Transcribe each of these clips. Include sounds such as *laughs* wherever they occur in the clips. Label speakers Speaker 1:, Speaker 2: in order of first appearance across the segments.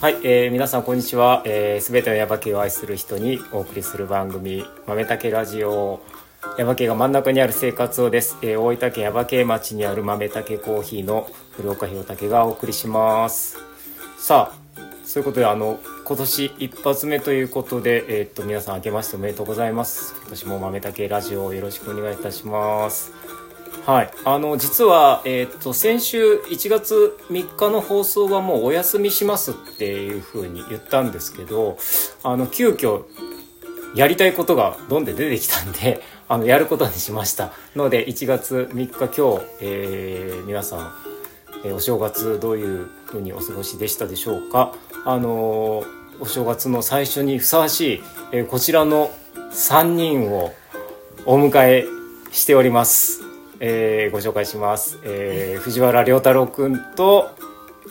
Speaker 1: はい、えー皆さんこんにちは。す、え、べ、全てのヤバ系を愛する人にお送りする番組豆たけラジオ。ヤバ系が真ん中にある生活をです。えー大分県ヤバ系町にある豆たけコーヒーの古岡弘武がお送りします。さあ、そういうことであの今年一発目ということで、えーっと皆さん明けましておめでとうございます。今年も豆たけラジオをよろしくお願いいたします。はい、あの実は、えー、と先週1月3日の放送はもうお休みしますっていうふうに言ったんですけどあの急遽やりたいことがどんで出てきたんで *laughs* あのやることにしましたので1月3日今日、えー皆さん、えーお正月どういうふうにお過ごしでしたでしょうかあのーお正月の最初にふさわしい、えーこちらの3人をお迎えしております、えーご紹介します、えー藤原良太郎くんと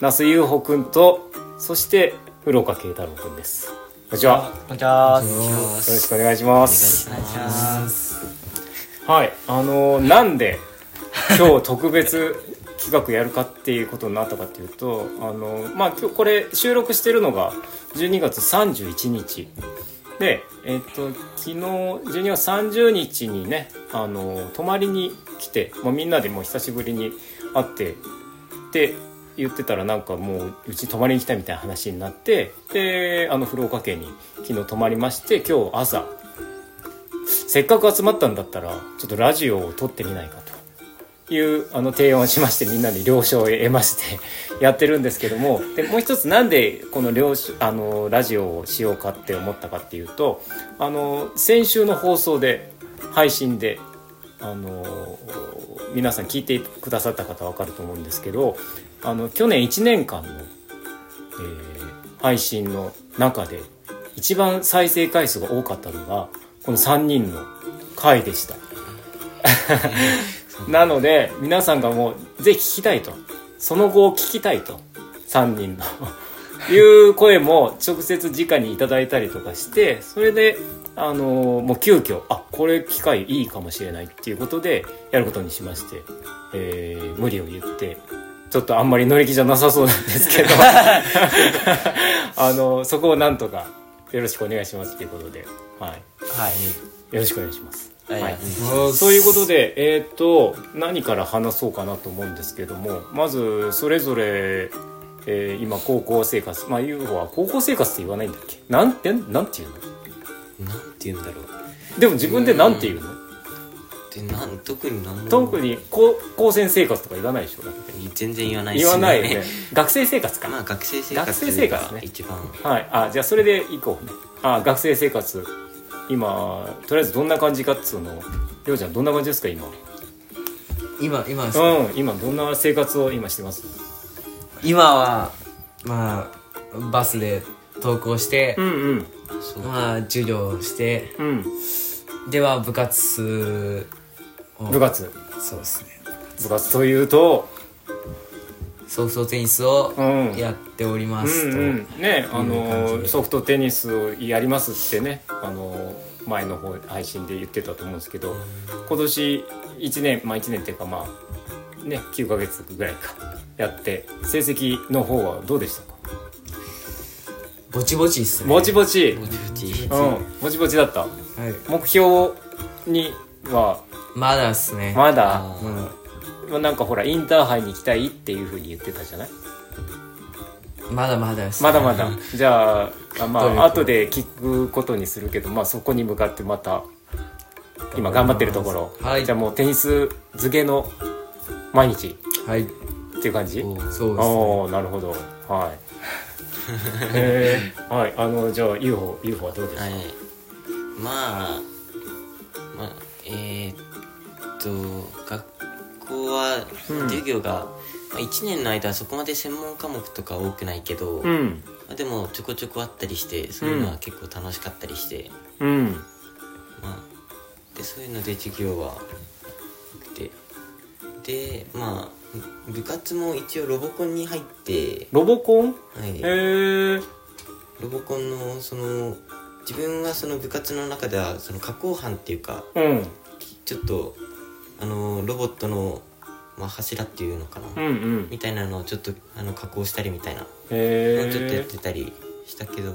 Speaker 1: 那須雄穂くんとそして古岡慶太郎くんですこんにちは
Speaker 2: こんにちは。
Speaker 1: よ
Speaker 2: お
Speaker 1: ろしくお願いします
Speaker 2: 願いします。
Speaker 1: はいあのーなんで今日特別企画やるかっていうことになったかっていうとあのーまあ今日これ収録してるのが12月31日でえっと昨日12月30日にねあのー泊まりに来てもうみんなでもう久しぶりに会ってって言ってたらなんかもううち泊まりに来たみたいな話になってであの古岡家に昨日泊まりまして今日朝せっかく集まったんだったらちょっとラジオを撮ってみないかというあの提案をしましてみんなに了承を得まして *laughs* やってるんですけどもでもう一つなんでこの了承あのラジオをしようかって思ったかっていうとあの先週の放送で配信であの皆さん聞いてくださった方わかると思うんですけどあの去年1年間の、えー配信の中で一番再生回数が多かったのがこの3人の回でした。なので皆さんがもうぜひ聞きたいとその後を聞きたいと3人のいう声も直接直にいただいたりとかしてそれであのーもう急遽あこれ機会いいかもしれないっていうことでやることにしまして、えー無理を言ってちょっとあんまり乗り気じゃなさそうなんですけどあのそこをなんとかよろしくお願いしますということで、はい、
Speaker 2: はい。
Speaker 1: よろしくお願いします。
Speaker 2: はい
Speaker 1: そういうことで、えー、と何から話そうかなと思うんですけどもまずそれぞれ、えー今高校生活まあ UFO は高校生活って言わないんだっけなんてなんて言うの
Speaker 3: なんて言うんだろう
Speaker 1: でも自分でなんて言うの
Speaker 3: でなん特に何も
Speaker 1: 特に高校生生活とか言わないでしょだって
Speaker 3: 全然言わない
Speaker 1: 言わないよね学生生活か、
Speaker 3: まあ学生生活
Speaker 1: 学生生活ね
Speaker 3: が一番
Speaker 1: はいあじゃあそれでいこうねあ学生生活今とりあえずどんな感じかっつうのをりょうちゃんどんな感じですか今
Speaker 2: 今今ですね
Speaker 1: うん今どんな生活を今してます
Speaker 2: 今はまあバスで登校して
Speaker 1: う、んうん
Speaker 3: そう
Speaker 2: まあ授業して、
Speaker 1: うん
Speaker 2: では部活を
Speaker 1: 部活
Speaker 2: そうですね。
Speaker 1: 部活というと
Speaker 2: ソフトテニスを
Speaker 1: うん
Speaker 2: やっておりま
Speaker 1: うん
Speaker 2: すと。
Speaker 1: うんねあ
Speaker 2: いう感
Speaker 1: の
Speaker 2: じで
Speaker 1: ソフトテニスをやりますってねあの前の方配信で言ってたと思うんですけど今年1年まあ1年っていうかまあね9ヶ月ぐらいかやって成績の方はどうでしたか
Speaker 2: ぼちぼちですね。
Speaker 1: ぼちぼち
Speaker 3: ぼちぼち
Speaker 1: うんぼちぼちだった
Speaker 2: はい。
Speaker 1: 目標には
Speaker 2: まだですね。
Speaker 1: まだ
Speaker 3: うん
Speaker 2: ま
Speaker 1: なんかほらインターハイに行きたいっていうふうに言ってたじゃない
Speaker 2: あまだまだですね。
Speaker 1: まだまだじゃああま
Speaker 2: どういう
Speaker 1: あ
Speaker 2: こと
Speaker 1: 後で聞くことにするけど、まあ、そこに向かってまた今頑張ってるところ、
Speaker 2: はい
Speaker 1: じゃあもうテニス漬けの毎日
Speaker 2: はい。
Speaker 1: っていう感じ
Speaker 3: おう
Speaker 2: そうですね。
Speaker 1: おおなるほど
Speaker 2: *laughs*
Speaker 1: はいへえはいあのじゃあ UFO, UFO はどうですか、
Speaker 3: はいまあまあえー、っと学校は
Speaker 1: うん
Speaker 3: 授業が、まあ、1年の間はそこまで専門科目とか多くないけど、
Speaker 1: う
Speaker 3: ま
Speaker 1: ん
Speaker 3: あ、でもちょこちょこあったりしてそういうのは結構楽しかったりして、
Speaker 1: うん
Speaker 3: まあ、でそういうので授業はなくてでまあ部活も一応ロボコンに入って、
Speaker 1: ロボコン
Speaker 3: はい、
Speaker 1: へえ
Speaker 3: ロボコンのその自分はその部活の中ではその加工班っていうか
Speaker 1: うん
Speaker 3: きちょっとあのロボットの、まあ、柱っていうのかな、
Speaker 1: うんうん
Speaker 3: みたいなのをちょっとあの加工したりみたいなのをちょっとや
Speaker 1: へ
Speaker 3: ってたりしたけど、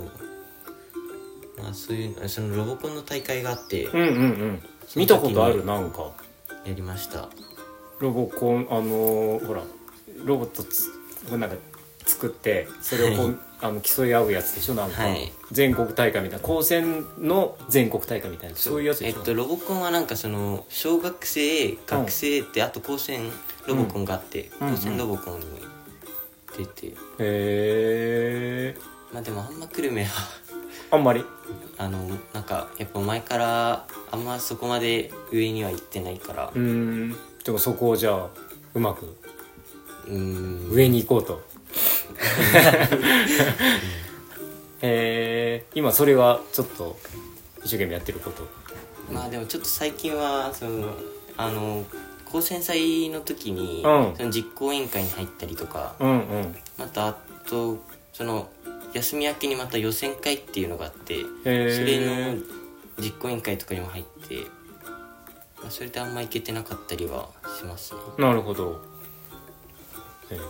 Speaker 3: まあそういうのそのロボコンの大会があって
Speaker 1: えうんうんうん見たことあるなんか
Speaker 3: やりました、
Speaker 1: ロボコンあのーほらロボットつなんか作ってそれをこう、
Speaker 3: はい
Speaker 1: あの競い合うやつでしょなんか、
Speaker 3: はい
Speaker 1: 全国大会みたいな高専の全国大会みたいなそういうやつ
Speaker 3: え
Speaker 1: で
Speaker 3: っ
Speaker 1: しょ、
Speaker 3: とロボコンはなんかその小学生学生って、あと高専ロボコンがあって、
Speaker 1: うん
Speaker 3: 高専ロボコンに出て、
Speaker 1: へえ
Speaker 3: まあでもあんま久留米は *laughs*
Speaker 1: あんまり
Speaker 3: あのなんかやっぱ前からあんまそこまで上には行ってないから
Speaker 1: うーんでもそこをじゃあうまく
Speaker 3: うーん
Speaker 1: 上に行こう *laughs* とへえ今それはちょっと一生懸命やってること
Speaker 3: まあでもちょっと最近はそのあの高専祭の時に、
Speaker 1: うん
Speaker 3: その実行委員会に入ったりとか
Speaker 1: うんうん
Speaker 3: またあとその休み明けにまた予選会っていうのがあって
Speaker 1: へ
Speaker 3: それ
Speaker 1: え
Speaker 3: の実行委員会とかにも入って、まあ、それであんま行けてなかったりはしますね
Speaker 1: なるほど、えー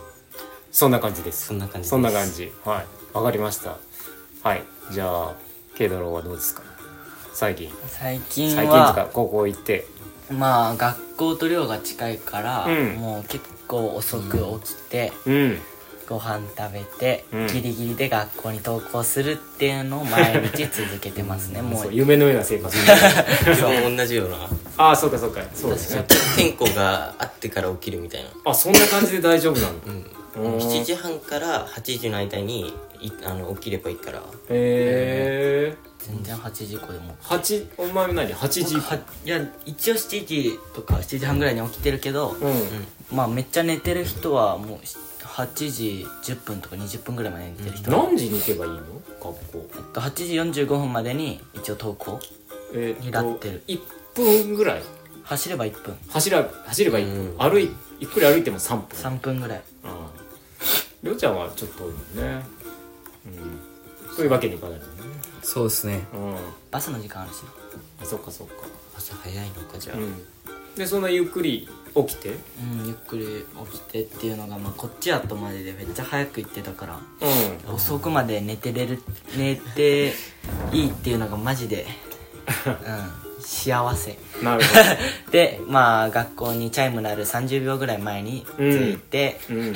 Speaker 1: そんな感じです
Speaker 3: そんな感じです
Speaker 1: そんな感じはいわかりましたはいじゃあケイドロはどうですか最近
Speaker 4: 最近
Speaker 1: 最近と
Speaker 4: は
Speaker 1: か高校行って
Speaker 4: まあ学校と寮が近いから、
Speaker 1: うん
Speaker 4: もう結構遅く起きて、
Speaker 1: うん
Speaker 4: ご飯食べて、
Speaker 1: うん
Speaker 4: ギリギリで学校に登校するっていうのを毎日続けてますねも
Speaker 1: そうう夢のような生活
Speaker 3: 自分も同じような
Speaker 1: ああそうかそうかそうですね
Speaker 3: 天候があってから起きるみたいな、
Speaker 1: あそんな感じで大丈夫なの
Speaker 3: うん、7時半から8時の間にいあの起きればいいから
Speaker 1: へえ
Speaker 4: 全然8時以降でも
Speaker 1: 八お前何八時
Speaker 4: いや一応7時とか7時半ぐらいに起きてるけど、
Speaker 1: うん
Speaker 4: まあめっちゃ寝てる人はもう8時10分とか20分ぐらいまで寝てる人、
Speaker 1: 何時に行けばいいの学校
Speaker 4: えっと、8時45分までに一応登校
Speaker 1: えー
Speaker 4: なってる
Speaker 1: 一分ぐらい
Speaker 4: 走れば1分
Speaker 1: 走ら走れば一分
Speaker 3: うん
Speaker 1: 歩いゆっくり歩いても三分
Speaker 4: 3分ぐらい
Speaker 1: うんりょうちゃんはちょっと多いもんねうんそういうわけにいかないもんね
Speaker 2: そうですね
Speaker 1: うん
Speaker 4: バスの時間あるしな
Speaker 1: あそっかそっか
Speaker 3: 朝早いのかじゃあ、
Speaker 1: うんでそんなゆっくり起きて
Speaker 4: うんゆっくり起きてっていうのが、まあ、こっちやとまででめっちゃ早く行ってたから
Speaker 1: う
Speaker 4: 遅くまで寝てれる寝ていいっていうのがマジで、うん、幸せ
Speaker 1: んなるほど
Speaker 4: でまあ学校にチャイム鳴る30秒ぐらい前に着いて、 *laughs*
Speaker 1: うん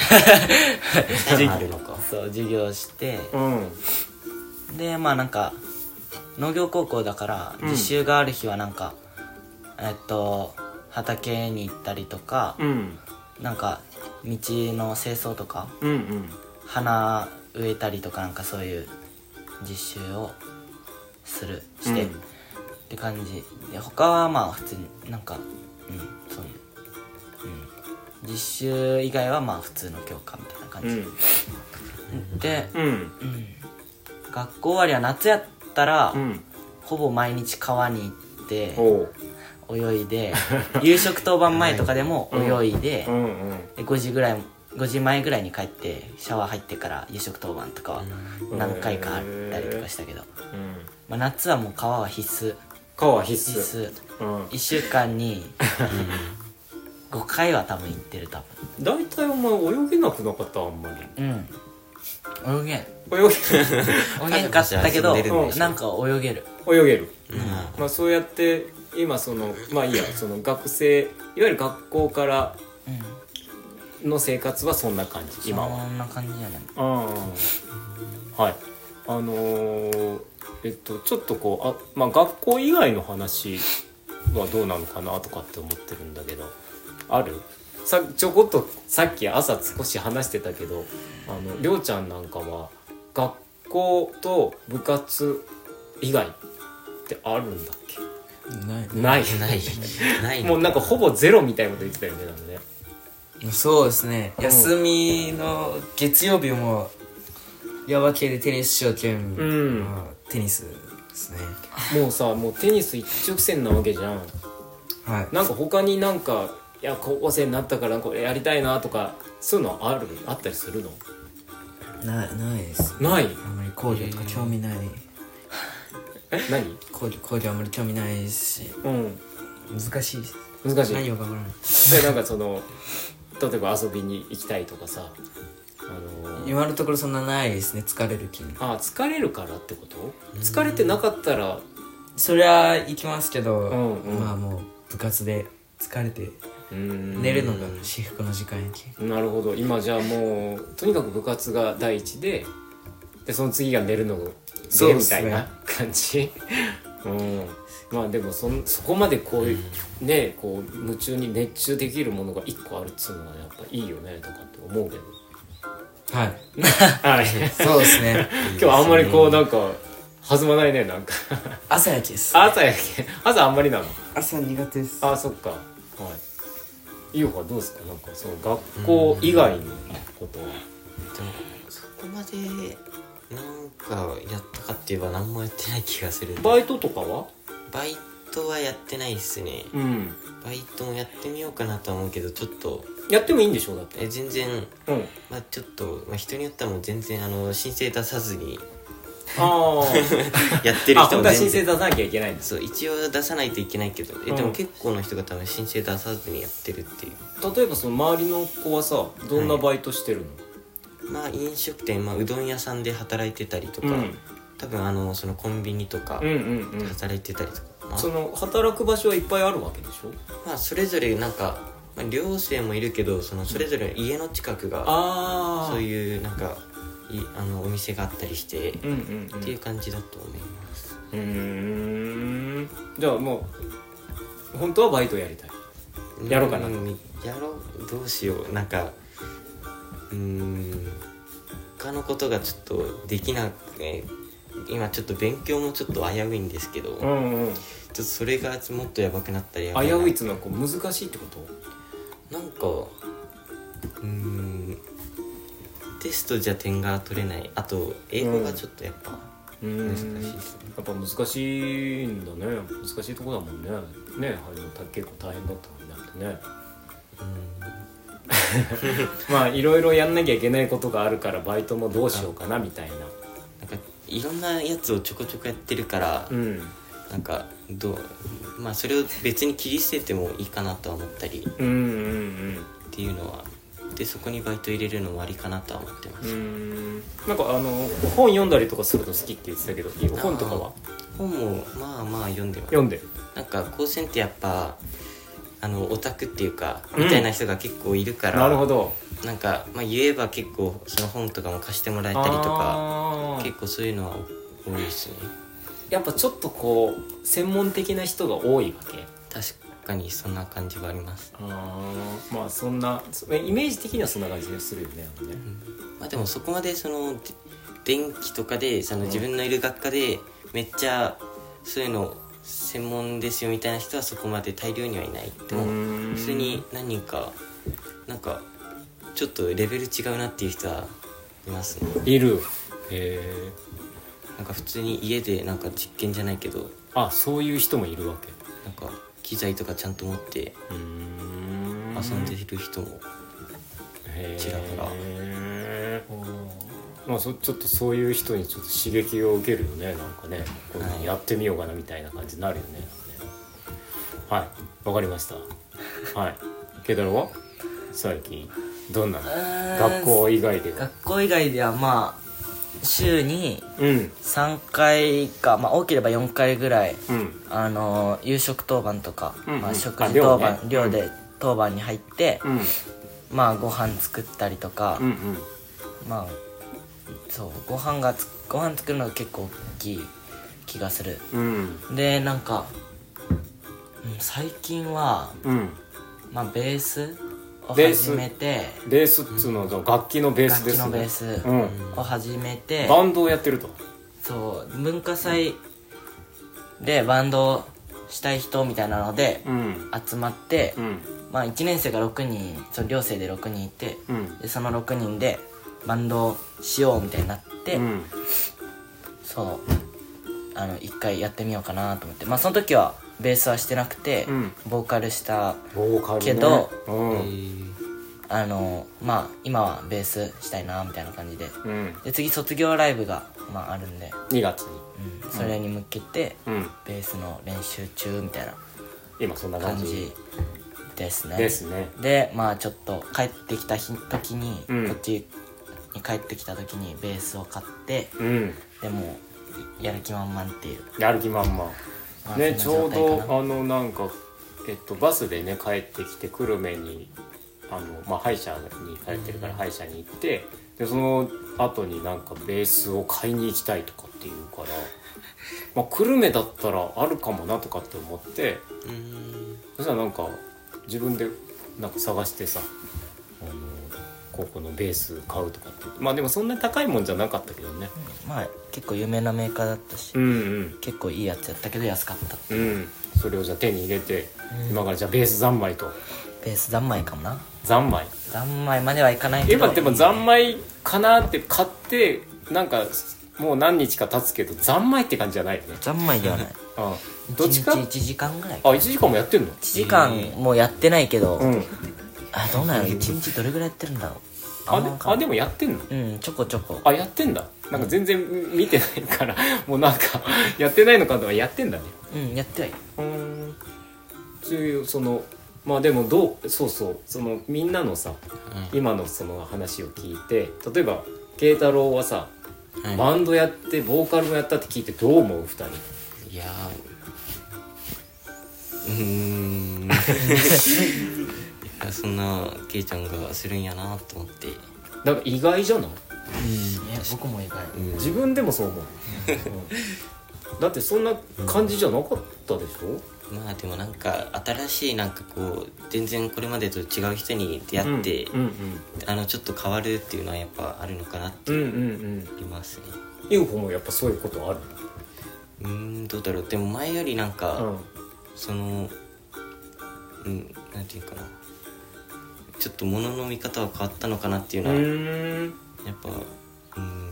Speaker 3: 朝もあるのか
Speaker 4: そう授業して
Speaker 1: うん
Speaker 4: でまあなんか農業高校だから
Speaker 1: うん
Speaker 4: 実習がある日はなんか、えっと畑に行ったりとか、
Speaker 1: うん
Speaker 4: なんか道の清掃とか
Speaker 1: うんうん
Speaker 4: 花植えたりとかなんかそういう実習をするして、
Speaker 1: うん
Speaker 4: って感じで他はまあ普通になんかうんそうねうん実習以外はまあ普通の教科みたいな感じ、
Speaker 1: うん
Speaker 4: で、
Speaker 1: うん
Speaker 4: うん、学校終わりは夏やったら、
Speaker 1: うん
Speaker 4: ほぼ毎日川に行って
Speaker 1: おう
Speaker 4: 泳
Speaker 1: *laughs*
Speaker 4: いで夕食当番前とかでも泳いで,、
Speaker 1: うんうん
Speaker 4: で5時ぐらい5時前ぐらいに帰ってシャワー入ってから夕食当番とかは何回かあったりとかしたけど、
Speaker 1: うん
Speaker 4: まあ、夏はもう川は必須
Speaker 1: 川は必
Speaker 4: 必
Speaker 1: 須
Speaker 4: 須
Speaker 1: うん
Speaker 4: 1週間に、うん5回は多分行ってる多
Speaker 1: 大体お前泳げなくなかったあんまり
Speaker 4: 分うん泳げん
Speaker 1: 泳
Speaker 4: 泳げんかったけど
Speaker 3: 遊んでる
Speaker 1: んでしょ
Speaker 4: なんか泳げる
Speaker 1: げ泳げる、
Speaker 3: うん
Speaker 1: まあ、そうやって今そのまあいいやその学生いわゆる学校から
Speaker 4: うん
Speaker 1: の生活はそんな感じ今は
Speaker 4: そんな感じやね
Speaker 1: うんはいあのーえっとちょっとこうあ、まあ、学校以外の話はどうなのかなとかって思ってるんだけどあるさちょこっとさっき朝少し話してたけどあのりょうちゃんなんかは学校と部活以外ってあるんだっ
Speaker 2: ない
Speaker 1: けない
Speaker 3: ないない
Speaker 1: *laughs* もうなんかほぼゼロみたいなこと言ってたよねなんか
Speaker 3: *laughs*
Speaker 1: ね
Speaker 2: そうですね
Speaker 1: ん
Speaker 2: 休みの月曜日もヤバ系でテニスしようけん、
Speaker 1: うん
Speaker 2: まあテニスですね
Speaker 1: もうさもうテニス一直線なわけじゃん
Speaker 2: はい
Speaker 1: なんか他になんかいや高校生になったからこれやりたいなとかそういうのあるあったりするの
Speaker 2: なないです
Speaker 1: ない
Speaker 2: あんまり工業とか興味ない
Speaker 1: え何
Speaker 2: 工業工業あんまり興味ないし
Speaker 1: うん
Speaker 2: 難しいです
Speaker 1: 難しい
Speaker 2: 何を頑張らない
Speaker 1: でなんかその例えば遊びに行きたいとかさあの
Speaker 2: 今のところそんなないですね疲れる気に
Speaker 1: あ疲れるからってこと疲れてなかったら
Speaker 2: そりゃ行きますけど、
Speaker 1: うんうん
Speaker 2: まあもう部活で疲れて
Speaker 1: うん
Speaker 2: 寝るのが至福の時間やけん
Speaker 1: なるほど今じゃあもうとにかく部活が第一ででその次が寝るの
Speaker 2: そう
Speaker 1: で
Speaker 2: っ
Speaker 1: み
Speaker 2: す
Speaker 1: た
Speaker 2: ね
Speaker 1: いな感じ *laughs* うんまあでもそんそこまでこういう、ねこう夢中に熱中できるものが一個あるっつうのはやっぱいいよねとかって思うけど
Speaker 2: はい
Speaker 1: *laughs* はい
Speaker 2: そうですね
Speaker 1: 今日あんまりこうなんか弾まないねなんか *laughs*
Speaker 2: 朝やけです
Speaker 1: 朝やけ朝あんまりなの
Speaker 2: 朝苦手です
Speaker 1: あそっかはいゆうはどうですかなんかその学校以外のことは
Speaker 3: でもそこまでなんかやったかって言えば何もやってない気がする
Speaker 1: バイトとかは
Speaker 3: バイトはやってないっすね
Speaker 1: うん
Speaker 3: バイトもやってみようかなとは思うけどちょっと
Speaker 1: やってもいいんでしょうだって
Speaker 3: え全然
Speaker 1: うん
Speaker 3: まあちょっと、まあ、人によってはもう全然あの申請出さずに
Speaker 1: あ
Speaker 3: やってる
Speaker 1: あ
Speaker 3: 人
Speaker 1: 本
Speaker 3: も
Speaker 1: 当は
Speaker 3: 全
Speaker 1: 申請
Speaker 3: 然
Speaker 1: *laughs* 出さなきゃいけないんです
Speaker 3: そう一応出さないといけないけどえ
Speaker 1: うん
Speaker 3: でも結構の人が多分申請出さずにやってるっていう
Speaker 1: 例えばその周りの子はさどんなバイトしてるの、
Speaker 3: まあ飲食店、まあ、うどん屋さんで働いてたりとか、
Speaker 1: うん
Speaker 3: 多分あのそのコンビニとか
Speaker 1: うんうんうん
Speaker 3: 働いてたりとか、まあ
Speaker 1: その働く場所はいっぱいあるわけでしょ
Speaker 3: まあそれぞれなんか、まあ、寮生もいるけどそのそれぞれ家の近くが
Speaker 1: あ
Speaker 3: そう
Speaker 1: う
Speaker 3: いうなんかいあのお店があったりして、
Speaker 1: うんうんうん
Speaker 3: っていう感じだと思います
Speaker 1: うーんじゃあもう本当はバイトやりたいやろうかなん
Speaker 3: やろうどうしようなんかうーん他のことがちょっとできなくて今ちょっと勉強もちょっと危ういんですけど、ちょっ
Speaker 1: んうん
Speaker 3: とそれがもっとやばくなったらやば
Speaker 1: 危
Speaker 3: いな
Speaker 1: ういっつうのはこう難しいってこと
Speaker 3: なんかうーんテストじゃ点が取れないあと英語がちょっとやっぱ
Speaker 1: う
Speaker 3: 難
Speaker 1: ん
Speaker 3: しいですね、
Speaker 1: やっぱ難しいんだね難しいとこだもんねね入るの結構大変だったもんねだってねまあいろいろやんなきゃいけないことがあるからバイトもどうしようかなみたいな
Speaker 3: なんかいろんなやつをちょこちょこやってるから、
Speaker 1: うん
Speaker 3: なんかどうまあそれを別に切り捨ててもいいかなとは思ったり
Speaker 1: うんうん
Speaker 3: っていうのはでそこにバイト入れるのもありかなとは思ってま
Speaker 1: うんう
Speaker 3: す、
Speaker 1: んなんかあの本読んだりとかするの好きって言ってたけど本とかは
Speaker 3: 本もまあまあ読んでます
Speaker 1: 読んでる
Speaker 3: なんか高専ってやっぱあのオタクっていうか
Speaker 1: うん
Speaker 3: みたいな人が結構いるから、
Speaker 1: なるほど
Speaker 3: なんか、まあ、言えば結構その本とかも貸してもらえたりとか
Speaker 1: あー
Speaker 3: 結構そういうのは多いですね
Speaker 1: やっぱちょっとこう専門的な人が多いわけ
Speaker 3: 確かにそんな感じはあります、
Speaker 1: あーまあそんなそイメージ的にはそんな感じがするよねあのね
Speaker 3: まあ、でもそこまでそので電気とかでその自分のいる学科でめっちゃそういうの専門ですよみたいな人はそこまで大量にはいないでも
Speaker 1: うん
Speaker 3: 普通に何人かなんかちょっとレベル違うなっていう人はいますね
Speaker 1: いるへえ
Speaker 3: なんか普通に家でなんか実験じゃないけど
Speaker 1: あそういう人もいるわけ
Speaker 3: なんか機材とかちゃんと持って
Speaker 1: うーん
Speaker 3: 遊んでる人も、ちらほら
Speaker 1: へーまあそちょっとそういう人にちょっと刺激を受けるよねなんかねこういうのやってみようかなみたいな感じになるよねなんかねはいわかりましたはい慶太郎は最近どんなの学校以外では
Speaker 4: 学校以外ではまあ週に
Speaker 1: うん
Speaker 4: 3回か、まあ、多ければ4回ぐらい
Speaker 1: うん
Speaker 4: あの夕食当番とか、
Speaker 1: うんうん
Speaker 4: まあ、食
Speaker 1: あ
Speaker 4: 事
Speaker 1: 寮
Speaker 4: 当
Speaker 1: ね
Speaker 4: 番寮,、で当番に入って、
Speaker 1: うん
Speaker 4: まあご飯作ったりとか、
Speaker 1: うんうん
Speaker 4: まあそうご飯がつご飯作るのが結構大きい気がする
Speaker 1: うん
Speaker 4: でなんか、うん最近は、
Speaker 1: うん
Speaker 4: まあ、ベースを
Speaker 1: ベース
Speaker 4: 始めて
Speaker 1: ベースっつうのは楽器のベース
Speaker 4: 楽
Speaker 1: で
Speaker 4: 器
Speaker 1: す
Speaker 4: のベー
Speaker 1: ね
Speaker 4: ス
Speaker 1: うん
Speaker 4: を始めて、
Speaker 1: バンドをやってると
Speaker 4: そう文化祭でバンドしたい人みたいなので
Speaker 1: うん
Speaker 4: 集まって、
Speaker 1: うん
Speaker 4: まあ、1年生が6人そう寮生で6人いて
Speaker 1: うん
Speaker 4: でその6人でバンドをしようみたいになって、
Speaker 1: うん
Speaker 4: そうあの一回やってみようかなと思ってまあその時はベースはしてなくて、
Speaker 1: うん
Speaker 4: ボーカルした
Speaker 1: ボーカルね
Speaker 4: けど
Speaker 1: うん
Speaker 4: あのまあ今はベースしたいなみたいな感じで
Speaker 1: うん
Speaker 4: で次卒業ライブが、まあ、あるんで、
Speaker 1: 2月に
Speaker 4: うんそれに向けて、
Speaker 1: うん
Speaker 4: ベースの練習中みたいな
Speaker 1: 今そんな感
Speaker 4: 感
Speaker 1: じ
Speaker 4: じですね
Speaker 1: ですね
Speaker 4: でまあちょっと帰ってきた日時に、
Speaker 1: うん
Speaker 4: こっちに帰ってきた時にベースを買って
Speaker 1: うん
Speaker 4: でもうやる気満々っていう、
Speaker 1: やる気満々
Speaker 4: まあ
Speaker 1: ねち
Speaker 4: そんな
Speaker 1: ょう
Speaker 4: 状
Speaker 1: ど
Speaker 4: 態かな
Speaker 1: あのなんか、えっと、バスでね帰ってきて久留米にあの、まあ、歯医者に通ってるから歯医者に行ってでその後になんかベースを買いに行きたいとかっていうから、まあ、久留米だったらあるかもなとかって思って
Speaker 3: うーん
Speaker 1: そしたらなんか自分でなんか探してさあの高校のベース買うとかってまあでもそんなに高いもんじゃなかったけどね
Speaker 4: まあ結構有名なメーカーだったし、
Speaker 1: うんうん
Speaker 4: 結構いいやつやったけど安かった
Speaker 1: うんそれをじゃあ手に入れて、今からじゃあベース三昧と。
Speaker 4: ベース三昧かもな
Speaker 1: 三昧
Speaker 4: 三昧まではいかないけど
Speaker 1: 今でも三昧かなって買ってなんかもう何日か経つけど三昧って感じじゃないよね、
Speaker 4: 三昧ではない
Speaker 1: うん、 *laughs* どっちか
Speaker 4: 1日1時間ぐらい
Speaker 1: あ1時間もやってんの
Speaker 4: 1時間もうやってないけど、
Speaker 1: うん
Speaker 4: あどうなの1日どれぐらいやってるんだろう
Speaker 1: あで
Speaker 4: んま
Speaker 1: あ
Speaker 4: か
Speaker 1: でもやってんの
Speaker 4: うんちょこちょこ
Speaker 1: あやってんだなんか全然見てないから *laughs* もうなんかやってないのかとかやってんだね
Speaker 4: うんやってはいる
Speaker 1: うんそういうそのまあでもどうそうそうそのみんなのさ今のその話を聞いて例えば慶太郎はさ
Speaker 3: はい
Speaker 1: バンドやってボーカルもやったって聞いてどう思う2人
Speaker 3: いやーうーん *laughs* いやそんなケイちゃんがするんやなと思って
Speaker 1: なんか意外じゃない
Speaker 4: いや僕も意外
Speaker 1: 自分でもそう思う、うんだってそんな感じじゃなかったでしょ
Speaker 3: まあでもなんか新しいなんかこう全然これまでと違う人に出会って、
Speaker 1: うん
Speaker 3: あのちょっと変わるっていうのはやっぱあるのかなって
Speaker 1: うんうんうん
Speaker 3: 思
Speaker 1: うん
Speaker 3: いますね
Speaker 1: UFO もやっぱそういうことある
Speaker 3: うーんどうだろうでも前よりなんか、そのうんなんていうかなちょっと物の見方は変わったのかなっていうの
Speaker 1: う
Speaker 3: は、やっ
Speaker 1: ん
Speaker 3: ぱうん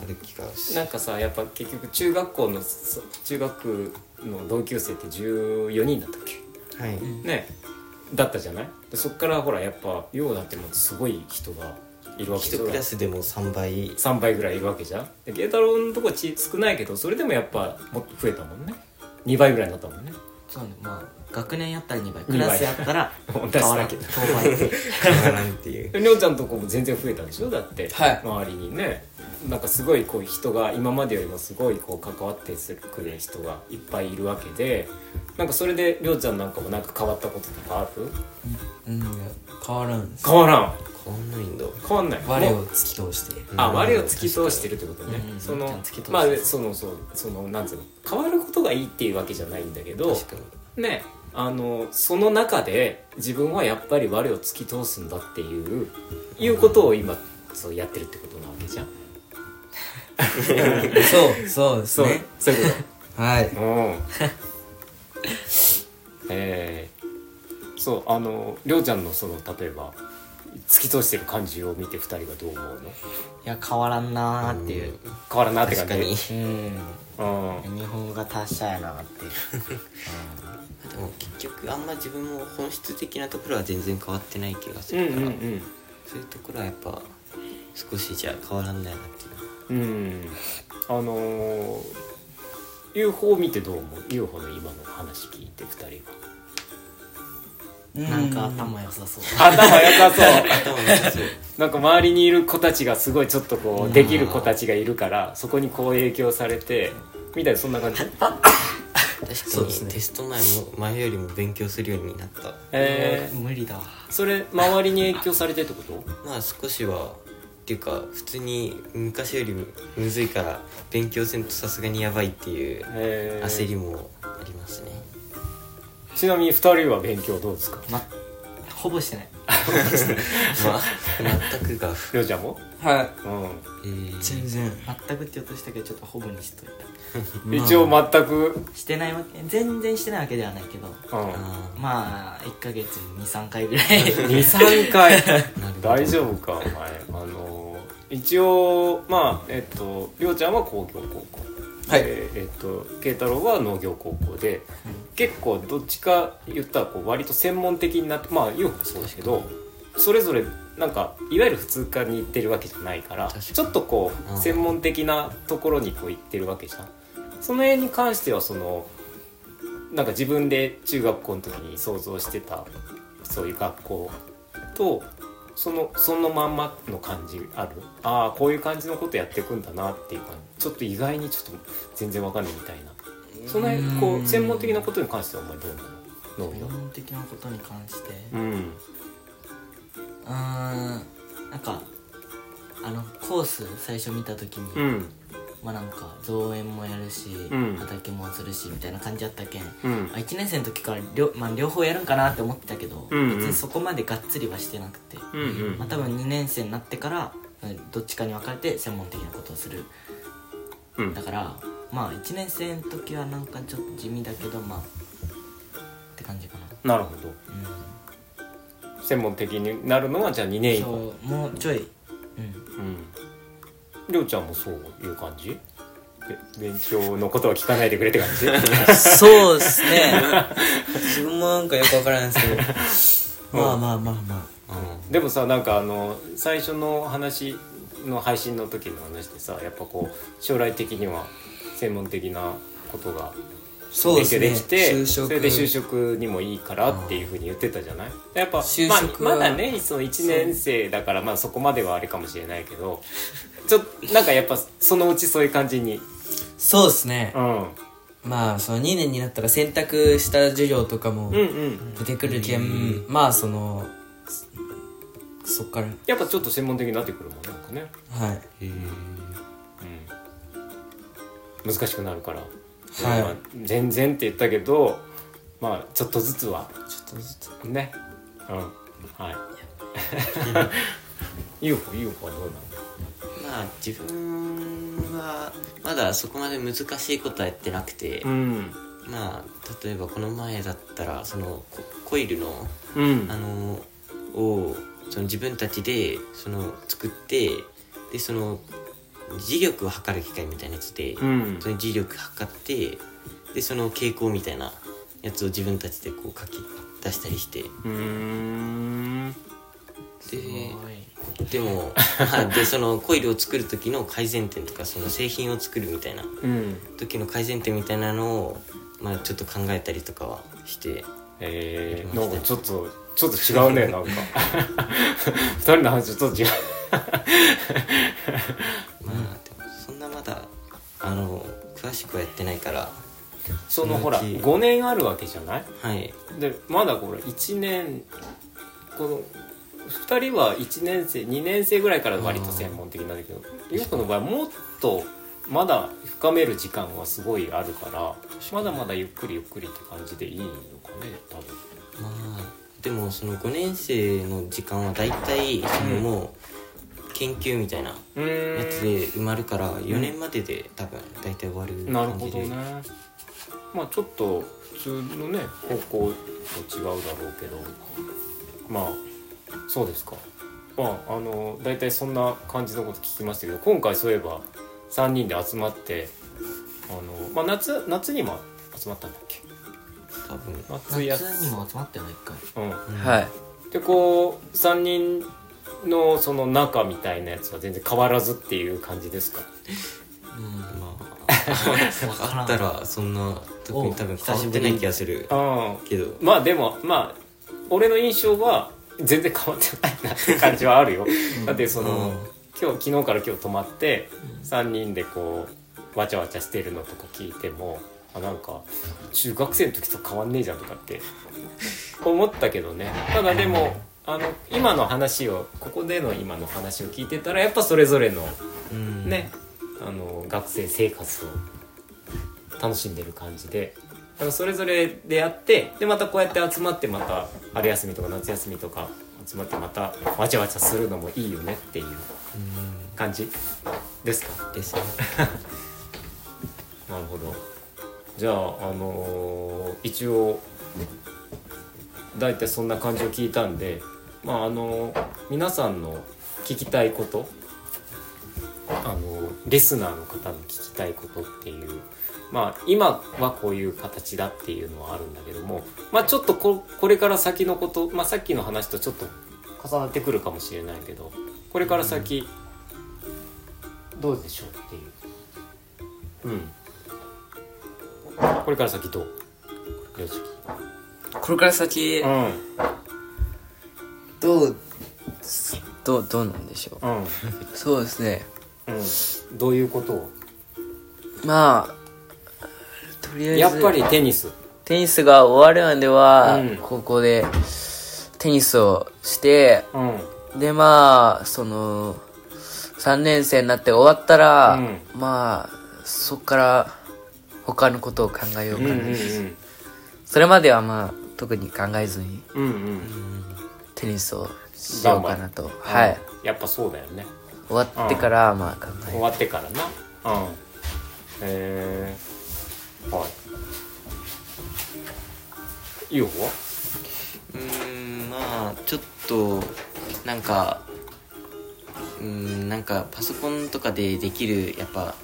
Speaker 3: ある気がす
Speaker 1: なんかさやっぱ結局中学校のそ中学の同級生って14人だったっけ
Speaker 3: はい、
Speaker 1: ねだったじゃないでそっからほらやっぱようだってもうすごい人がいるわけ
Speaker 3: 一
Speaker 1: じゃ
Speaker 3: ク
Speaker 1: ない
Speaker 3: ラスでも3倍
Speaker 1: 3倍ぐらいいるわけじゃんで慶太郎のとこち少ないけどそれでもやっぱもっと増えたもんね2倍ぐらいになったもんね
Speaker 4: そうねまあ学年やったら2倍
Speaker 1: 倍
Speaker 4: クラスやったら
Speaker 1: 同じ
Speaker 4: 変
Speaker 1: だ
Speaker 4: わらん
Speaker 1: け
Speaker 4: け
Speaker 1: ど
Speaker 4: ど倍
Speaker 3: 変わらんっ
Speaker 1: *laughs*
Speaker 3: ていう
Speaker 1: りょうちゃんとこも全然増えたでしょだって、
Speaker 2: はい
Speaker 1: 周りにねなんかすごいこう人が今までよりもすごいこう関わってくれる人がいっぱいいるわけでなんかそれでりょうちゃんなんかもなんか変わったこととかある
Speaker 2: うんいや変わらんです
Speaker 1: 変わらん
Speaker 3: 変わんないんだ
Speaker 1: 変わんない
Speaker 2: 我
Speaker 1: も
Speaker 2: を
Speaker 1: う
Speaker 2: 突き通して
Speaker 1: あ我を突き通してるってことね、
Speaker 4: うんうん
Speaker 1: そ
Speaker 4: りょうちゃ
Speaker 1: の
Speaker 4: ん突き通して
Speaker 1: まあそのそうそのなんつうの変わることがいいっていうわけじゃないんだけど
Speaker 3: 確かに
Speaker 1: ねあのその中で自分はやっぱり我を突き通すんだっていういうことを今そうやってるってことなわけじゃん
Speaker 2: そうそうです
Speaker 1: そう、
Speaker 2: ね
Speaker 1: そういうこ
Speaker 2: はい
Speaker 4: *laughs*
Speaker 1: とうんえー、そうあのりょうちゃんのその例えば突き通してる感じを見て二人がどう思うの
Speaker 4: いや変わらんなーっていう
Speaker 1: 変わらんなって感
Speaker 3: 確
Speaker 1: じ
Speaker 3: かに
Speaker 4: うん
Speaker 1: うん
Speaker 4: 日本語が達者やなーっていう
Speaker 3: でも結局あんま自分も本質的なところは全然変わってない気がす
Speaker 1: うん
Speaker 3: るから、
Speaker 1: うん
Speaker 3: そういうところはやっぱ少しじゃ変わらんだよなってい
Speaker 1: う
Speaker 3: う
Speaker 1: んうんあのー、UFO を見てどう思う UFO の今の話聞いて二人は
Speaker 4: なんか頭良さそう
Speaker 1: *laughs* 頭良さそう
Speaker 3: 頭の良さそう
Speaker 1: *laughs* なんか周りにいる子たちがすごいちょっとこうできる子たちがいるからそこにこう影響されてみたいなそんな *laughs* 感じ
Speaker 2: そうで
Speaker 3: 確
Speaker 2: す
Speaker 3: かに
Speaker 2: ね
Speaker 3: テスト前も前よりも勉強するようになった
Speaker 1: え
Speaker 4: 無理だわ
Speaker 1: ー、それ周りに影響されてってこと
Speaker 3: まあ少しはっていうか普通に昔よりむずいから勉強せんとさすがにやばいっていう
Speaker 1: えー、
Speaker 3: 焦りもありま
Speaker 2: *laughs*
Speaker 3: すね、
Speaker 1: ちなみに2人は勉強どうですか
Speaker 4: まほぼしてない
Speaker 3: まあ全くが、
Speaker 1: りょうちゃんも
Speaker 2: は
Speaker 1: う
Speaker 3: え
Speaker 2: い
Speaker 3: ー、
Speaker 2: 全然
Speaker 4: 全くって言おうとしたけどちょっとほぼにしといた
Speaker 1: ん一応全く
Speaker 4: してないわけ全然してないわけではないけど
Speaker 1: うん
Speaker 3: あ
Speaker 4: まあ1ヶ月に23回ぐらい
Speaker 1: 23回 *laughs*
Speaker 3: あなるほど
Speaker 1: 大丈夫かお前あのー一応まあえっとりょうちゃんは工業高校
Speaker 2: はい
Speaker 1: でえっと慶太郎は農業高校で結構どっちか言ったらこう割と専門的になってまあ UFO もそうですけどそれぞれなんかいわゆる普通科に行ってるわけじゃないから
Speaker 3: 確かに
Speaker 1: ちょっとこ
Speaker 3: う
Speaker 1: うん専門的なところにこう行ってるわけじゃんその辺に関してはそのなんか自分で中学校の時に想像してたそういう学校とそのそのまんまの感じあるああこういう感じのことやっていくんだなっていう感じちょっと意外にちょっと全然わかんないみたいなその辺こう専門的なことに関してはお前どうなの農
Speaker 4: 専
Speaker 1: 業
Speaker 4: 門的なことに関して
Speaker 1: うん
Speaker 4: うーんなんかあのコース最初見た時に、
Speaker 1: うん
Speaker 4: まあなんか造園もやるし、
Speaker 1: うん
Speaker 4: 畑もするしみたいな感じだったけん、あ
Speaker 1: うん
Speaker 4: 1年生の時から両,、まあ、両方やるんかなって思ってたけど、
Speaker 1: うんうん
Speaker 4: 別にそこまでがっつりはしてなくて、
Speaker 1: うんうん
Speaker 4: まあ、多分2年生になってからうんどっちかに分かれて専門的なことをする
Speaker 1: うん
Speaker 4: だからまあ1年生の時はなんかちょっと地味だけどまあって感じかな
Speaker 1: なるほど
Speaker 4: う
Speaker 1: 専門的になるのはじゃあ2年
Speaker 4: ん
Speaker 1: 以降
Speaker 4: そうもうちょいうん
Speaker 1: うんりょうちゃんもそういう感じべ勉強のことは聞かないでくれって感じ
Speaker 2: そうですね。
Speaker 3: 自分もなんかよくわからないんですけど
Speaker 2: *laughs* まあまあまあま
Speaker 1: でもさなんかあの最初の話の配信の時の話でさやっぱこう将来的には専門的なことが
Speaker 2: あ。そうで
Speaker 1: 勉強で
Speaker 2: すね。
Speaker 1: きて
Speaker 2: 就
Speaker 1: そ
Speaker 2: 職。
Speaker 1: れで就職にもいいからっていうふうに言ってたじゃないやっぱ
Speaker 2: 就
Speaker 1: まあ
Speaker 2: 職
Speaker 1: ま
Speaker 2: は
Speaker 1: だねその1年生だからまあそこまではあれかもしれないけどちょっとなんかやっぱそのうちそういう感じに
Speaker 2: そうですね
Speaker 1: う。ん
Speaker 2: まあその2年になったら選択した授業とかも
Speaker 1: うんうん
Speaker 2: 出てくるけん、まあそのそそっから
Speaker 1: やっぱちょっと専門的になってくるもんねなんかね、
Speaker 2: はい
Speaker 1: うん、難しくなるから、
Speaker 2: い
Speaker 1: まあ全然って言ったけどまあちょっとずつは
Speaker 2: ちょっとずつ
Speaker 1: ねうんはい UFO, UFO はどうなの
Speaker 3: まあ自分はまだそこまで難しいことはやってなくて、
Speaker 1: うん
Speaker 3: まあ例えばこの前だったらそのココイルの
Speaker 1: うん
Speaker 3: あのをその自分たちでその作ってでその磁力を測る機械みたいなやつで、
Speaker 1: うん
Speaker 3: その磁力測ってでその傾向みたいなやつを自分たちでこう書き出したりして
Speaker 1: うーん
Speaker 3: で
Speaker 1: *laughs*
Speaker 3: でも、まあ、でそのコイルを作る時の改善点とかその製品を作るみたいな
Speaker 1: うん
Speaker 3: 時の改善点みたいなのを、まあ、ちょっと考えたりとかはして
Speaker 1: えー、なんかちょっとちょっと違うね *laughs* なんか二人の話ちょっと違う
Speaker 3: まあでもそんなまだあの詳しくはやってないから
Speaker 1: そのほら
Speaker 3: うち
Speaker 1: 5年あるわけじゃない
Speaker 3: はい
Speaker 1: でまだこれ1年この2人は1年生2年生ぐらいから割と専門的なんだけどゆうこの場合はもっとまだ深める時間はすごいあるからまだまだゆっくりゆっくりって感じでいいのかね多分
Speaker 3: まあでもその5年生の時間は大体そのもう研究みたいなや
Speaker 1: う
Speaker 3: つ
Speaker 1: ー
Speaker 3: で埋まるから4年までで多分大体終わる感じ
Speaker 1: ん
Speaker 3: で
Speaker 1: なるほどねまあちょっと普通のね方向と違うだろうけどまあそうですかまああの大体そんな感じのこと聞きましたけど今回そういえば3人で集まってあの、まあ、夏夏にも集まったんだっけ
Speaker 3: 多分
Speaker 1: 夏や
Speaker 4: 夏にも集まったよね
Speaker 1: *laughs*
Speaker 4: 一回
Speaker 1: う
Speaker 2: はい
Speaker 1: ん、でこう3人のその仲みたいなやつは全然変わらずっていう感じですか
Speaker 3: うんまああったらそんな特に多分変わってない気がする
Speaker 1: ああ
Speaker 3: けど
Speaker 1: まあでもまあ俺の印象は全然変わってないなって感じはあるよ、だってその、
Speaker 3: うん
Speaker 1: 今日昨日から今日泊まって3人でこうわちゃわちゃしてるのとか聞いてもあなんか中学生の時と変わんねえじゃんとかって思ったけどねただでもあの今の話をここでの今の話を聞いてたらやっぱそれぞれの
Speaker 3: うん
Speaker 1: ね、あの学生生活を楽しんでる感じであのそれぞれでやってでまたこうやって集まってまた春休みとか夏休みとか集まってまたわちゃわちゃするのもいいよねっていう
Speaker 3: うん
Speaker 1: 感じですか
Speaker 3: ですね
Speaker 1: *laughs* なるほどじゃあ、あのー一応大体そんな感じを聞いたんで、まああのー皆さんの聞きたいこと、あのーリスナーの方の聞きたいことっていう、まあ、今はこういう形だっていうのはあるんだけども、まあ、ちょっとここれから先のこと、まあ、さっきの話とちょっと重なってくるかもしれないけどこれから先どうでしょうっていう。うんこれから先どう
Speaker 2: こ
Speaker 1: よいし
Speaker 2: これから先
Speaker 1: ょうん
Speaker 2: どうどうどうなんでしょう
Speaker 1: うん
Speaker 2: そうですね
Speaker 1: うんどういうことを
Speaker 2: まあとりあえず
Speaker 1: やっぱりテニス
Speaker 2: テニスが終わるまでは、
Speaker 1: うん
Speaker 2: 高校でテニスをして
Speaker 1: うん
Speaker 2: でまあその3年生になって終わったら、
Speaker 1: うん
Speaker 2: まあそっから他のことを考えよう
Speaker 1: うん
Speaker 2: か
Speaker 1: う
Speaker 2: な、
Speaker 1: ん
Speaker 2: それまではまあ特に考えずに
Speaker 1: うんうん
Speaker 2: テニスをしようかなと、はい、
Speaker 1: やっぱそうだよね
Speaker 2: 終わってからまあ考え
Speaker 1: 終わってからなうんえー、はいいいよ
Speaker 3: うーんまあちょっとなんかうーんなんかパソコンとかでできるやっぱ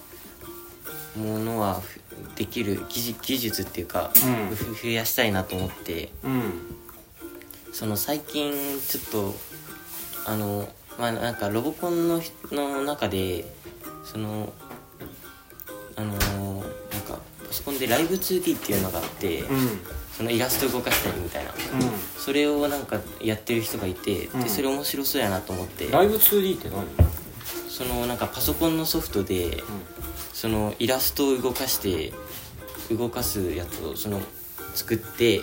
Speaker 3: ものはふできる技術技術っていうか、
Speaker 1: うん
Speaker 3: ふ増やしたいなと思って
Speaker 1: うん
Speaker 3: その最近ちょっとあのまあなんかロボコンのひの中でそのあのなんかパソコンでライブ 2D っていうのがあって、
Speaker 1: うん
Speaker 3: そのイラスト動かしたりみたいな。
Speaker 1: う
Speaker 3: それをなんかやってる人がいて、
Speaker 1: うん
Speaker 3: でそれ面白そうやなと思って
Speaker 1: んライブ 2D って何
Speaker 3: そのなんかパソコンのソフトでそのイラストを動かして動かすやつをその作って、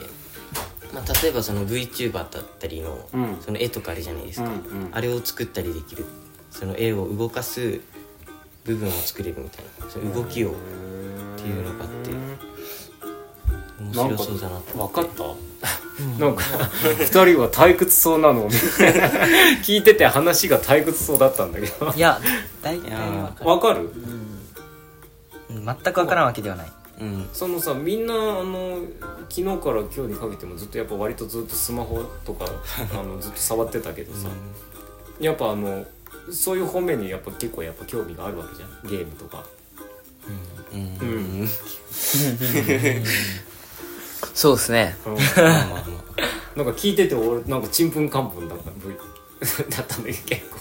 Speaker 3: まあ、例えばその VTuber だったりの,、
Speaker 1: うん
Speaker 3: その絵とかあるじゃないです
Speaker 1: うん
Speaker 3: か、
Speaker 1: うん
Speaker 3: あれを作ったりできるその絵を動かす部分を作れるみたいなその動きをっていうのがあって面白そうだなと
Speaker 1: 分かった、なんか2人は退屈そうなのを見て聞いてて話が退屈そうだったんだけど
Speaker 4: いや大体
Speaker 3: いやー
Speaker 4: わ
Speaker 1: わか
Speaker 4: かる
Speaker 1: る
Speaker 4: うん全くわからんわけではない
Speaker 3: うん
Speaker 1: そのさみんなあの昨日から今日にかけてもずっとやっぱ割とずっとスマホと
Speaker 3: *laughs*
Speaker 1: かあのずっと触ってたけどさ、やっぱあのそういう方面にやっぱ結構やっぱ興味があるわけじゃんゲームとか
Speaker 3: うん
Speaker 1: う
Speaker 3: うんん
Speaker 2: そうですね
Speaker 1: な
Speaker 3: まあまあまあ
Speaker 1: んか聞いてて俺なんかちんぷんかんぷんだった *laughs* だったんだけど結構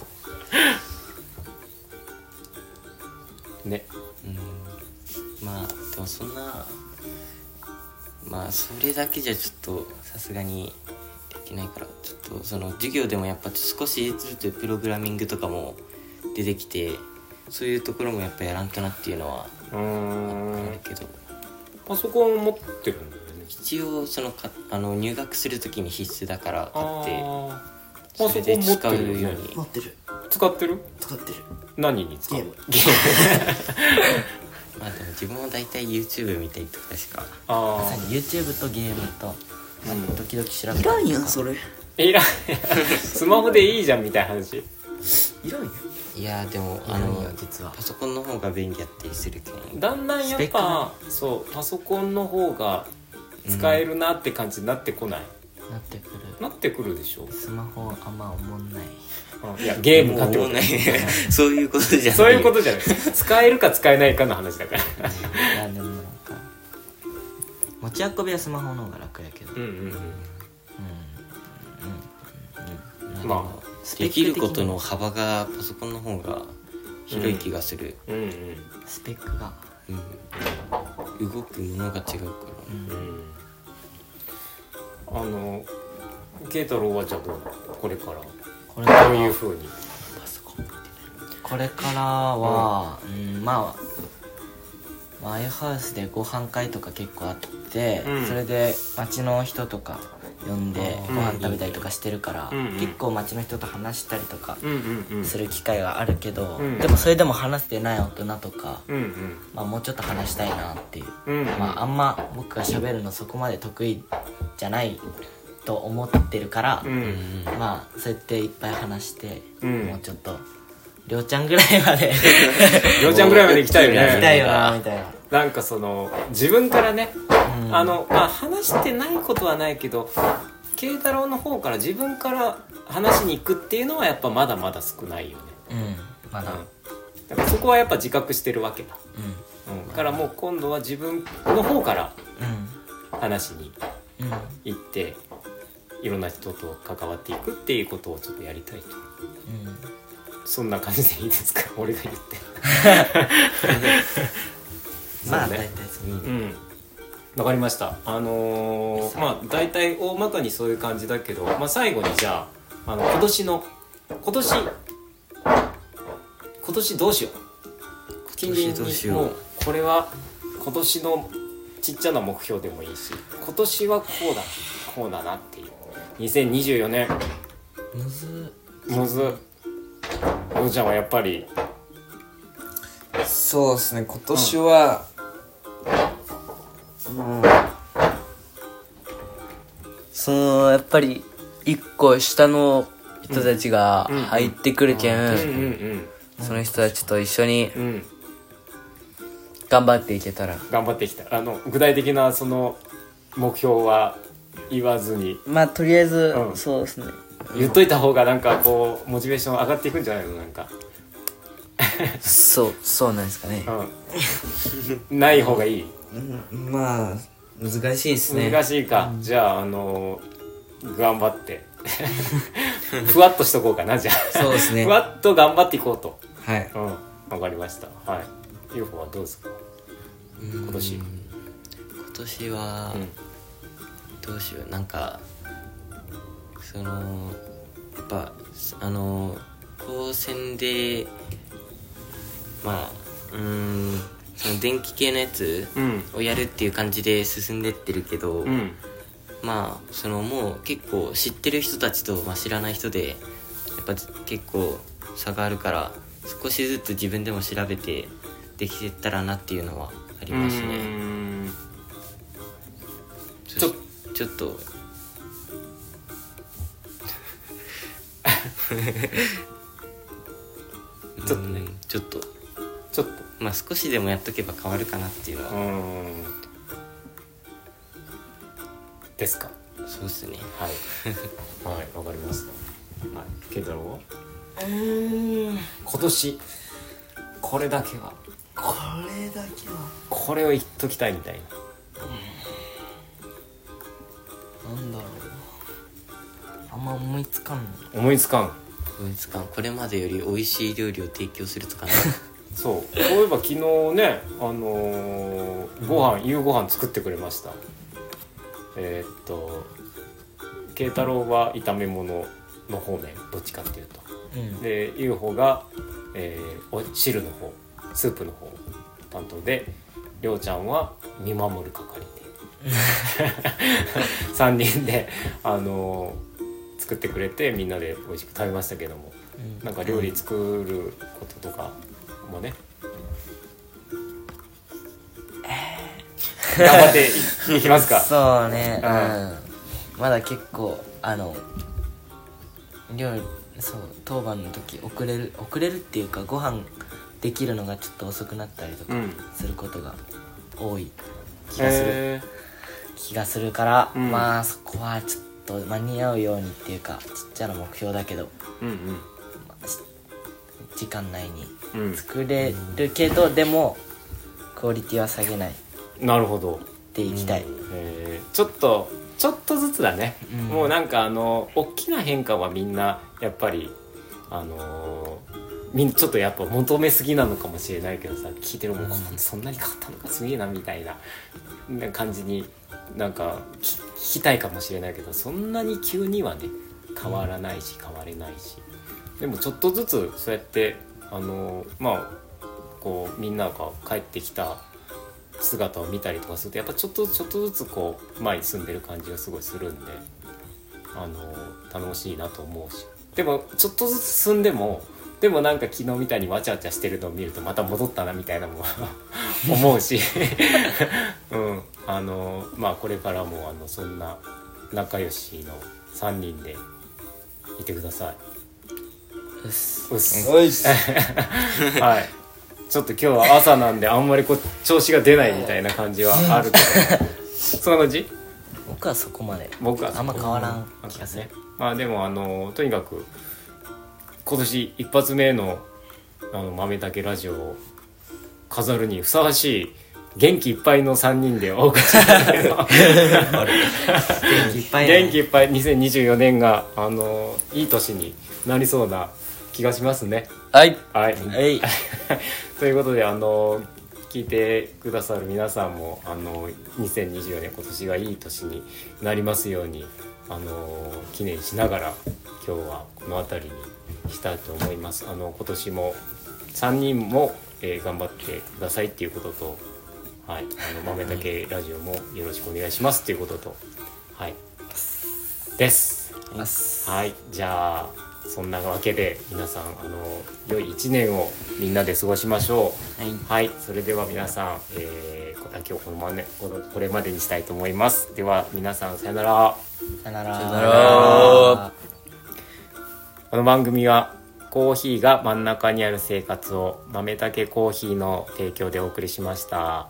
Speaker 1: ね
Speaker 3: うんまあでもそんなまあそれだけじゃちょっとさすがにできないからちょっとその授業でもやっぱ少しずつプログラミングとかも出てきてそういうところもやっぱやらんとなっていうのは
Speaker 1: う
Speaker 3: あ
Speaker 1: ー
Speaker 3: る
Speaker 1: ん
Speaker 3: けど
Speaker 1: パソコン持ってるんだよね
Speaker 3: 一応そのかあの入学する時に必須だから買
Speaker 1: あ
Speaker 3: って
Speaker 1: ーパ
Speaker 3: そ
Speaker 1: ソ
Speaker 3: れ
Speaker 1: コ
Speaker 3: で
Speaker 1: ン持っ
Speaker 3: 使
Speaker 1: て
Speaker 3: う
Speaker 1: る
Speaker 3: よ
Speaker 1: よ
Speaker 3: う
Speaker 1: ね
Speaker 3: に
Speaker 5: 持ってる
Speaker 1: 使ってる
Speaker 5: 使ってる
Speaker 1: 何に使
Speaker 5: ゲ
Speaker 1: う
Speaker 5: ーム
Speaker 3: まあでも自分は大体 YouTube 見たりとかしか
Speaker 1: あ
Speaker 4: まさ
Speaker 1: あ
Speaker 4: に YouTube とゲームと時々調べ
Speaker 5: い
Speaker 4: た
Speaker 5: らん
Speaker 4: り
Speaker 5: や
Speaker 4: と
Speaker 5: ん
Speaker 4: か
Speaker 5: それ
Speaker 1: いらんスマホでいいじゃんみたいな話
Speaker 5: いらんやん
Speaker 3: いやーでもあ
Speaker 2: あ
Speaker 3: の
Speaker 2: の実は
Speaker 3: パソコンの方が便利やったりするけん
Speaker 1: だんだんやっ
Speaker 4: スペッ
Speaker 1: ぱそうパソコンの方が使えるなって感じになってこない、
Speaker 4: なってくる
Speaker 1: なってくるでしょ、
Speaker 4: スマホあんま思んない
Speaker 1: いやゲーム買って
Speaker 3: も
Speaker 1: こ
Speaker 3: う
Speaker 1: ない
Speaker 3: ねそういうことじゃない
Speaker 1: そういうことじゃない使えるか使えないかの話だから
Speaker 4: いやでもなんか持ち運びはスマホの方が楽やけど
Speaker 1: うんうん
Speaker 3: うん
Speaker 1: ま
Speaker 4: スペッ
Speaker 3: で
Speaker 4: ク的
Speaker 3: き
Speaker 4: に
Speaker 3: ることの幅がパソコンの方が広い気がする、
Speaker 1: うんうん
Speaker 4: スペックが
Speaker 3: うん動くものが違うから、
Speaker 1: うんうんあの慶太郎はじゃあどうこれから
Speaker 4: これから
Speaker 1: どういうふうに
Speaker 4: これからは、うん、まあマイハウスでご飯会とか結構あって、
Speaker 1: うん
Speaker 4: それで町の人とか呼んで
Speaker 1: う
Speaker 4: ご
Speaker 1: ん
Speaker 4: 飯食べたりとかしてるから、
Speaker 1: うんうん
Speaker 4: 結構町の人と話したりとか
Speaker 1: うんうんうん
Speaker 4: する機会があるけど、
Speaker 1: うん
Speaker 4: でもそれでも話してない大人とか、
Speaker 1: うん
Speaker 4: まあ、もうちょっと話したいなっていう、
Speaker 1: うんうん
Speaker 4: まあ、あんま僕が喋るのそこまで得意じゃないと思ってるから、
Speaker 1: うんうん
Speaker 4: まあそうやっていっぱい話して、
Speaker 1: うん
Speaker 4: もうちょっとりょうちゃんぐらいまで *laughs*
Speaker 1: りょうちゃんぐらいまで行きたいよね
Speaker 4: 行きたいよなみたいな
Speaker 1: なんかその自分からね、
Speaker 4: うん
Speaker 1: あのまあ話してないことはないけど慶太郎の方から自分から話しに行くっていうのはやっぱまだまだ少ないよね、
Speaker 4: うんま
Speaker 1: うん、
Speaker 4: だ
Speaker 1: だからそこはやっぱ自覚してるわけだ、
Speaker 4: う
Speaker 1: うん、だからもう今度は自分の方から
Speaker 4: ん
Speaker 1: 話しに
Speaker 4: うんうん
Speaker 1: 行っていろんな人と関わっていくっていうことをちょっとやりたいとそんな感じでいいですか俺が言って
Speaker 4: まあ
Speaker 1: そうね
Speaker 4: 大体そう
Speaker 1: うんわかりましたあのーまあ大体大まかにそういう感じだけど、まあ、最後にじゃああの今年の今年今年どうしよう近隣
Speaker 3: 今年どうし
Speaker 1: に
Speaker 3: よう
Speaker 1: もうこれは今年のちっちゃな目標でもいいし今年はこうだこうだなっていう2024年
Speaker 3: むず
Speaker 1: むずおうちゃんはやっぱり
Speaker 2: そうですね今年は、
Speaker 5: そのやっぱり一個下の人たちが入ってくるけん、
Speaker 1: うんうん
Speaker 5: その人たちと一緒に
Speaker 1: うんうん
Speaker 5: 頑張っていけたら
Speaker 1: 頑張ってきたあの具体的なその目標は言わずに
Speaker 5: まあとりあえず、
Speaker 1: うん
Speaker 5: そうですね
Speaker 1: 言っといた方がなんかこうモチベーション上がっていくんじゃないのなんか、
Speaker 5: そうそうなんですかね
Speaker 1: うん、
Speaker 2: *laughs*
Speaker 1: ない方がいい
Speaker 2: うんまあ難しいですね
Speaker 1: 難しいか、じゃああの頑張って *laughs* ふわっとしとこうかなじゃあ
Speaker 2: そうですね
Speaker 1: ふわっと頑張っていこうと
Speaker 2: はい
Speaker 1: うんわかりましたはいゆうこはどうですか今
Speaker 3: 今
Speaker 1: 年
Speaker 3: 今年は、どうしようなんかそのやっぱあの高専でまあうーんその電気系のやつ
Speaker 1: うん
Speaker 3: をやるっていう感じで進んでってるけど、
Speaker 1: うん
Speaker 3: まあそのもう結構知ってる人たちと、まあ、知らない人でやっぱ結構差があるから少しずつ自分でも調べてできてたらなっていうのはあり
Speaker 1: う
Speaker 3: ますね
Speaker 1: ん
Speaker 3: ちょちょっと
Speaker 1: *laughs* ちょっと
Speaker 3: ねちょっと
Speaker 1: ちょっ
Speaker 3: まあ少しでもやっとけば変わるかなっていうの
Speaker 1: とう
Speaker 3: は
Speaker 1: んですか
Speaker 3: そうですね
Speaker 1: はい。はい、わかりました。はい、健太郎は。今年。これだけは。
Speaker 2: これだけは
Speaker 1: これを言っときたいみたいな。
Speaker 2: なんだろうあんま思いつかんの
Speaker 1: 思いつかん。
Speaker 3: こいつかこれまでより美味しい料理を提供するとかな
Speaker 1: そう、そういえば昨日ね、あのーご飯、夕ご飯作ってくれました。えーっと。慶太郎は炒め物の方面、どっちかっていうと。
Speaker 2: うん
Speaker 1: で、ゆうほが、えーお汁の方、スープの方担当で、りょうちゃんは見守る係で、3
Speaker 4: *laughs*
Speaker 1: 人で、あのー作ってくれてみんなで美味しく食べましたけども、なんか料理作ることとかもね、頑張っていいきますか。
Speaker 4: *laughs* そうね、
Speaker 1: うん
Speaker 4: うん、まだ結構あの料理そう当番の時遅れる遅れるっていうかご飯できるのがちょっと遅くなったりと
Speaker 1: う
Speaker 4: か
Speaker 1: ん、
Speaker 4: することが多い気がする、
Speaker 1: え
Speaker 4: 気がするから、
Speaker 1: うん
Speaker 4: まあそこはちょっと間に合うようにっていうかちっちゃな目標だけど
Speaker 1: ー、うん
Speaker 4: 時間内に
Speaker 1: うんうん
Speaker 4: 作れるけど、でもクオリティは下げない
Speaker 1: なるほど。
Speaker 4: でいきたい、
Speaker 1: えーちょっとちょっとずつだね、
Speaker 4: うん
Speaker 1: もうなんかあの大きな変化はみんなやっぱりあのーみんちょっとやっぱ求めすぎなのかもしれないけどさ聞いてるもんそんなに変わったのかすげえなみたいなな感じになんかき聞きたいかもしれないけどそんなに急にはね変わらないし変われないしでもちょっとずつそうやってあのーまあこうみんなが帰ってきた姿を見たりとかするとやっぱちょっとちょっとずつこう前に進んでる感じがすごいするんであの楽しいなと思うしでもちょっとずつ進んでもでもなんか昨日みたいにわちゃわちゃしてるのを見るとまた戻ったなみたいなのも *laughs* 思うし、 *laughs* うん、あのまあこれからもあのそんな仲良しの3人でいてください。うっす
Speaker 2: おいっす
Speaker 1: はい。ちょっと今日は朝なんであんまりこう調子が出ないみたいな感じはあるけど。そんな感じ？
Speaker 4: 僕はそこまで
Speaker 1: 僕は
Speaker 4: あんま変わらん
Speaker 1: 気がする。まあでもあのとにかく今年一発目のあの豆だけラジオを飾るにふさわしい元気いっぱいの三人でお送りしたんですけど。
Speaker 2: 元気いっぱいだね
Speaker 1: 元気いっぱい2024年があのいい年になりそうな気がしますね。
Speaker 5: はい
Speaker 1: *laughs* はい。
Speaker 4: えい
Speaker 1: ということであの聞いてくださる皆さんもあの2024年今年がいい年になりますようにあの記念しながら今日はこの辺りにしたいと思います。あの今年も3人も、えー頑張ってくださいっていうことと、はい、あの豆だけラジオもよろしくお願いしますっていうことと、はい、です。はい、じゃあそんなわけで皆さんあの良い一年をみんなで過ごしましょう。
Speaker 3: はい
Speaker 1: はい、それでは皆さん、えー、今日このまねこのこれまでにしたいと思います。では皆さんさよなら。
Speaker 4: さよなら
Speaker 5: さよなら
Speaker 1: この番組はコーヒーが真ん中にある生活を豆たけコーヒーの提供でお送りしました。